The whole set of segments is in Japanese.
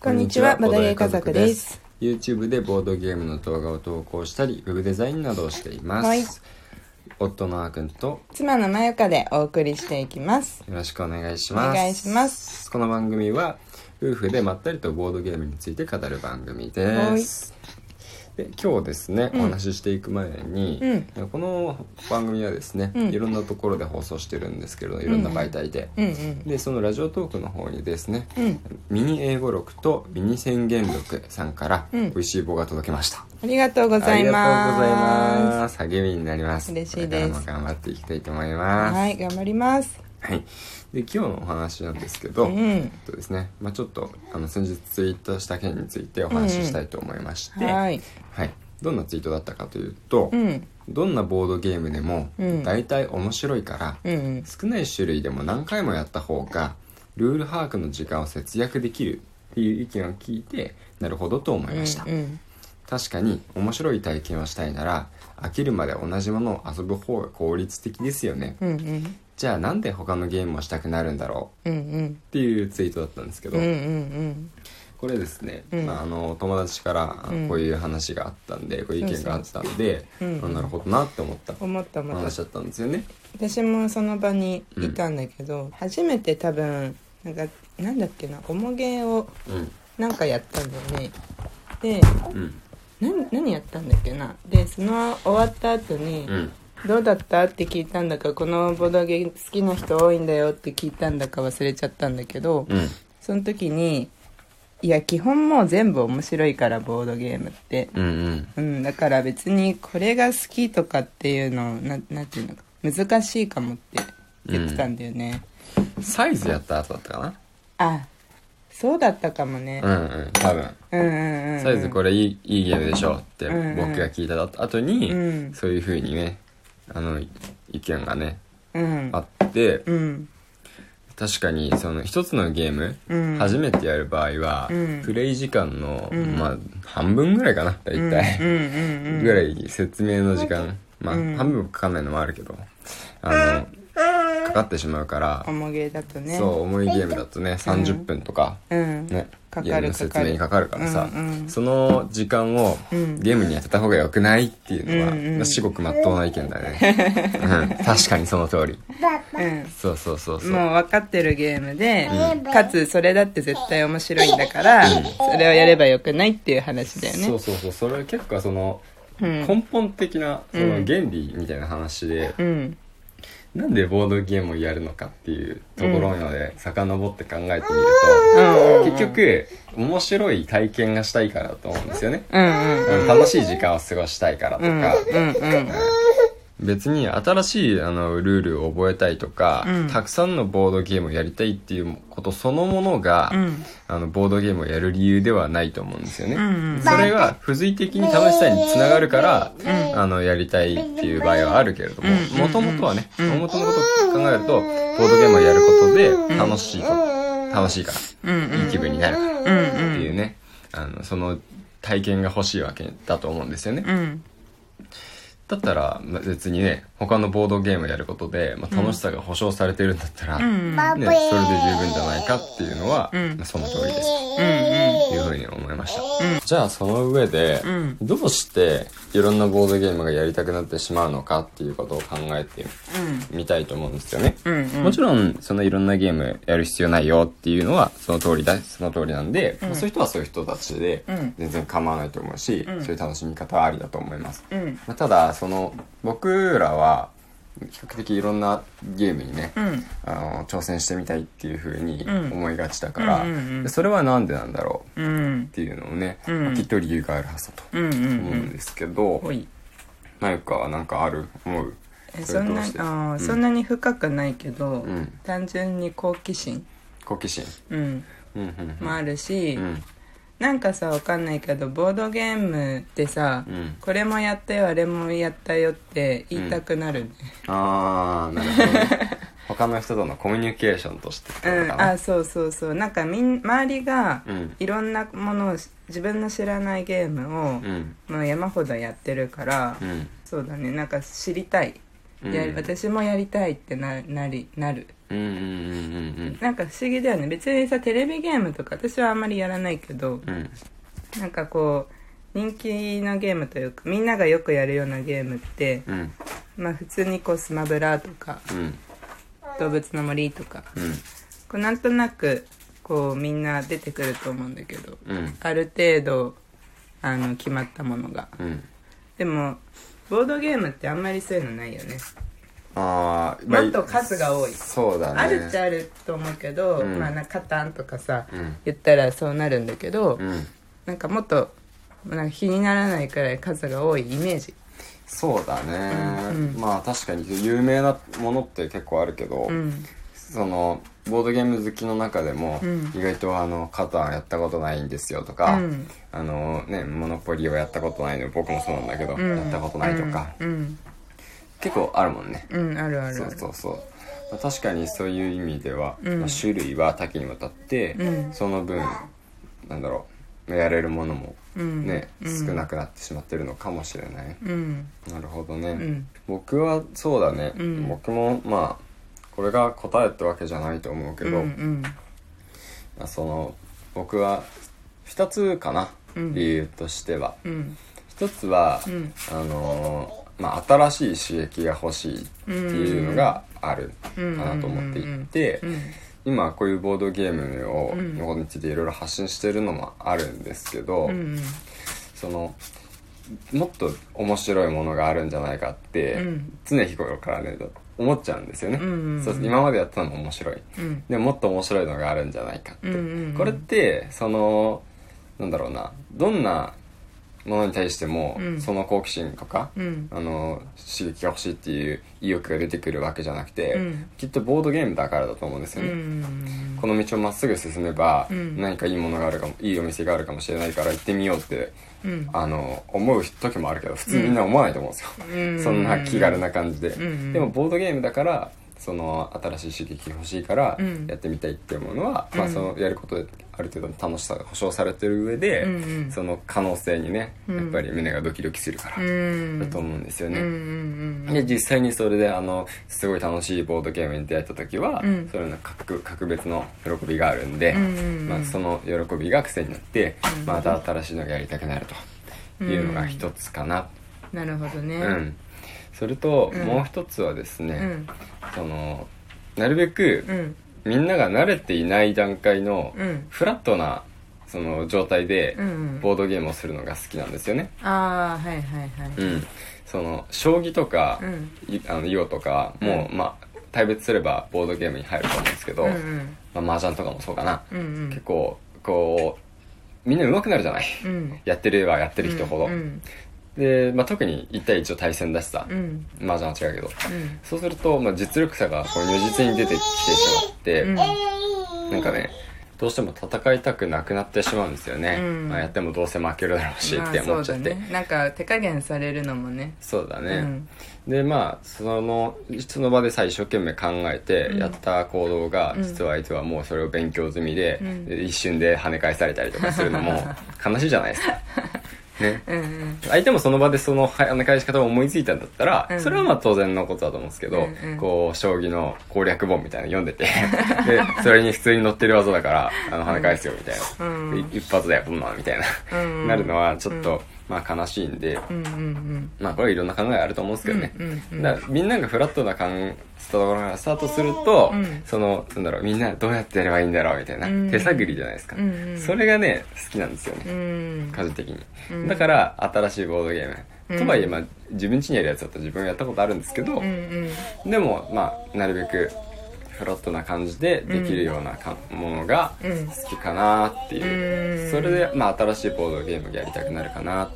こんにちは、バダゲー家族です。。 YouTube でボードゲームの動画を投稿したり、ウェブデザインなどをしています。はい夫のあーくんと妻のまゆかでお送りしていきます。よろしくお願いします。。お願いしますこの番組は、夫婦でまったりとボードゲームについて語る番組です。で今日ですね、お話ししていく前に、この番組はですね、いろんなところで放送してるんですけれどいろんな媒体で、うんうん。でそのラジオトークの方にですね、んミニ英語録とミニ宣言録さんから美ん味しい棒が届きました、ありがとうごあざいりがまとうす。ございます励みになります嬉しいですこれからも頑張っていきたいと思いますはい、頑張ります。はい、で今日のお話なんですけど、んえっとですねまあ、ちょっとあの先日ツイートした件についてお話ししたいと思いまして、ははいい。どんなツイートだったかというと、うん。どんなボードゲームでもうん大体面白いから、うんうん。少ない種類でも何回もやった方がルール把握の時間を節約できるっていう意見を聞いてなるほどと思いました、うんうん。確かに面白い体験をしたいなら飽きるまで同じものを遊ぶ方が効率的ですよね、うんうん。じゃあなんで他のゲームをしたくなるんだろううんうん。っていうツイートだったんですけど、うんうんこれですね、うんまあ、あの友達からあのこういう話があったんで、こういう意見があったんで、そうそううんあなるほどなって思ったうん。思った思った話。だったんですよね。私もその場にいたんだけど、初めて多分なんかなんだっけなおもげをうんなんかやったんだよねでうん何何やったんだっけなでその終わった後に、うんどうだったって聞いたんだかこのボドゲ好きな人多いんだよって聞いたんだか忘れちゃったんだけど、うんその時にいや基本もう全部面白いからボードゲームって、うんうんうん、だから別にこれが好きとかっていうのななんていうのか難しいかもって言ってたんだよね、サイズやった後だったかあそうだったかもね、なうんうん多分うん、うんうんうんサイズこれいいいいゲームでしょってうんうん僕が聞いた後に、うんそういうふうにねあの意見がねうんあって、うん確かにその一つのゲーム、うん初めてやる場合は、うんプレイ時間の、まあ半分ぐらいかな大う体、んうんうんぐらい説明の時間まあ、半分もかかんないのもあるけどあのかかってしまうから、おもげだとねそう重いゲームだとね30分とか、うん、ねかかるゲームの説明にかかるからさ、うんうんその時間をんゲームに当てた方が良くないっていうのは、うんうんまあ至極まっとうな意見だね、 うん、確かにその通りうんそうそうそうそう、もう分かってるゲームで、かつそれだって絶対面白いんだから、それをやればよくないっていう話だよねそうそうそうそれは結構その、うん根本的なそのうん原理みたいな話で、うんなんでボードゲームをやるのかっていうところまで遡って考えてみるうんと、結局面白い体験がしたいからだと思うんですよね、うんうんうん楽しい時間を過ごしたいからとか、うんうん別に新しいあのルールを覚えたいとか、うんたくさんのボードゲームをやりたいっていうことそのものが、うんあのボードゲームをやる理由ではないと思うんですよね、んうんそれが付随的に楽しさにつながるから、あのやりたいっていう場合はあるけれどももともとはねもともと考えるとボードゲームをやることで楽しいこと、楽しいから、いい気分になるからっていうね、あのその体験が欲しいわけだと思うんですよね、うんだったらまあ別にね他のボードゲームをやることで、まあ、楽しさが保証されてるんだったら、ね、それで十分じゃないかっていうのは、まあその通りですというふうに思いました、じゃあその上で、んどうしていろんなボードゲームがやりたくなってしまうのかっていうことを考えてみたいと思うんですよね、うんうんもちろんそのいろんなゲームやる必要ないよっていうのはその通りだその通りなんで、まあそういう人はそういう人たちでん全然構わないと思うし、そういう楽しみ方はありだと思います、うんまあ、ただその僕らは比較的いろんなゲームにね、んあの挑戦してみたいっていうふうに思いがちだから、うんうんうんでそれはなんでなんだろううんうんっていうのをね、んまあきっと理由があるはずだとうんうん思うんですけど、ほいマユカはなんかある思うえそそれんどうなしてあーうんそんなに深くないけど、ん単純に好奇心、好奇心うん、うんうんもあるし、うんなんかさわかんないけどボードゲームってさ、うんこれもやったよあれもやったよって言いたくなるね、ああなるほ どね他の人とのコミュニケーションとしてってうん、ことかなあそうそうそうなんかみん周りがうんいろんなものを自分の知らないゲームを、うんもう山ほどやってるから、うんそうだねなんか知りたいやうん私もやりたいってななりなるうんうんうんうんなんか不思議だよね別にさテレビゲームとか私はあんまりやらないけどうんうんなんかこう人気のゲームというかみんながよくやるようなゲームって、うんまあ、普通にこうスマブラとかうん動物の森とかうんこうなんとなくこうみんな出てくると思うんだけどうんある程度あの決まったものがうんでもボードゲームってあんまりそういうのないよねああもっと数が多いそうだねあるっちゃあると思うけど、んまあなんかカタンとかさ、ん言ったらそうなるんだけど、うんなんかもっとなんか気にならないくらい数が多いイメージそうだね、まあ確かに有名なものって結構あるけど、うんそのボードゲーム好きの中でも、意外とあの「カタンやったことないんですよ」とか、うんあのね「モノポリ」をやったことないの僕もそうなんだけど、やったことないとか、うん結構あるもんね、うんあるあるあるそうそうそう、まあ確かにそういう意味では、まあ種類は多岐にわたって、その分なんだろうやれるものもね、少なくなってしまってるのかもしれない、うんなるほどね、ん僕はそうだね、僕もまあこれが答えってわけじゃないと思うけうど、んまあその僕は2つかな、理由としてはうんうん1つは、あのーまあ、新しい刺激が欲しいっていうのがあるかなと思っていて、今こういうボードゲームをのについていろいろ発信してるのもあるんですけど、うんそのもっと面白いものがあるんじゃないかって、うん常日頃からね思っちゃうんですよね、うんうんうんそう今までやったのも面白いうんでももっと面白いのがあるんじゃないかって、うんうんうんこれってそのなんだろうなどんなものに対しても、うんその好奇心とか、うんあの刺激が欲しいっていう意欲が出てくるわけじゃなくて、うんきっとボードゲームだからだと思うんですようね、んこの道をまっすぐ進めば、うん何かいいものがあるかもいいお店があるかもしれないから行ってみようってうんあの思う時もあるけど普通みんな思わないと思うんですよ、うん そんな気軽な感じで、んでもボードゲームだからその新しい刺激欲しいからうんやってみたいって思うのは、まあ、そのやることである程度の楽しさが保証されてる上で、うんうんその可能性にねやっぱり胸がドキドキするかうらんだと思うんですよね、うんうんで実際にそれであのすごい楽しいボードゲームに出会った時は、うんそれの格格別の喜びがあるんで、うんうんうんまあ、その喜びが癖になって、また新しいのがやりたくなるというのが一つかな、なるほどねうんそれと、うんもう一つはですね、うんそのなるべくうんみんなが慣れていない段階のうんフラットなその状態でうんうんボードゲームをするのが好きなんですよね。ああはいはいはいうん、その将棋とか、うんいあの囲碁とかも、まあ大別すればボードゲームに入ると思うんですけど、うんうんまあ、麻雀とかもそうかな、うんうん結構こうみんな上手くなるじゃない、うんやってればやってる人ほど、うんで、まあ、特に1対1を対戦だしさ、うん麻雀は違うけどうんそうすると、まあ、実力差がこう如実に出てきてしまって、うんなんかねどうしても戦いたくなくなってしまうんですよね、うんまあ、やってもどうせ負けるだろうしまあって思っちゃって、そうだねなんか手加減されるのもねそうだね、うんでまあそのその場でさ一生懸命考えてやった行動が、ん実は相手はもうそれを勉強済みで、んで一瞬で跳ね返されたりとかする のも悲しいじゃないですか。ね、うんうん相手もその場でそのは跳ね返し方を思いついたんだったら、うんそれはまあ当然のことだと思うんですけど、うんうんこう将棋の攻略本みたいなの読 んでてでそれに普通に載ってる技だからあの跳ね返すよみたいな、うんい一発だよこんなのみたいな、うんなるのはちょっと、まあ悲しいんで、うんうんまあこれはいろんな考えあると思うんですけどね、うんうんうんだからみんながフラットな感スタートからスタートすると、うんそのなんだろうみんなどうやってやればいいんだろうみたいな、うん手探りじゃないですか、うんうんそれがね好きなんですよね、うん個人的に、だから新しいボードゲーム、んとはいえ、まあ、自分家にやるやつだったら自分がやったことあるんですけど、うんうんでもまあなるべくフラットな感じでできるようなか、ものがうん好きかなっていう、うんそれで、まあ、新しいボードゲームがやりたくなるかなっ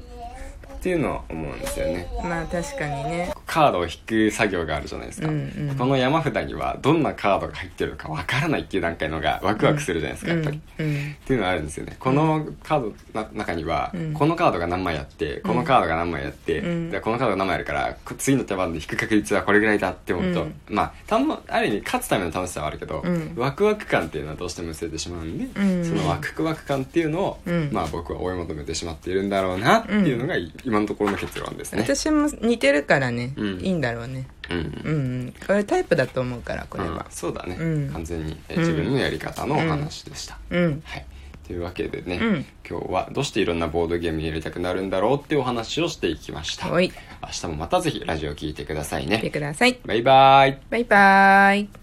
ていうのは思うんですよねまあ確かにねカードを引く作業があるじゃないですか、うんうんこの山札にはどんなカードが入ってるのかわからないっていう段階のがワクワクするじゃないですか、うやっぱりん。うんっていうのはあるんですよねこのカードの中には、んこのカードが何枚あってこのカードが何枚あって、うんでこのカードが何枚あるからこ次の手番で引く確率はこれぐらいだって思うと、うんまあたのある意味勝つための楽しさはあるけど、うんワクワク感っていうのはどうしても薄れてしまうんで、うんそのワクワク感っていうのを、うんまあ、僕は追い求めてしまっているんだろうなっていうのが、い今今のところの結論ですね。私も似てるからね、うんいいんだろうねうん。うんうんこれタイプだと思うからこれうんはそうだね、うん完全に、えー自分のやり方のお話でした。うんはい。というわけでね、うん今日はどうしていろんなボードゲームやりたくなるんだろうっていうお話をしていきました。はい明日もまたぜひラジオ聞いてください見てね。くださいバイバイ。バイバーイ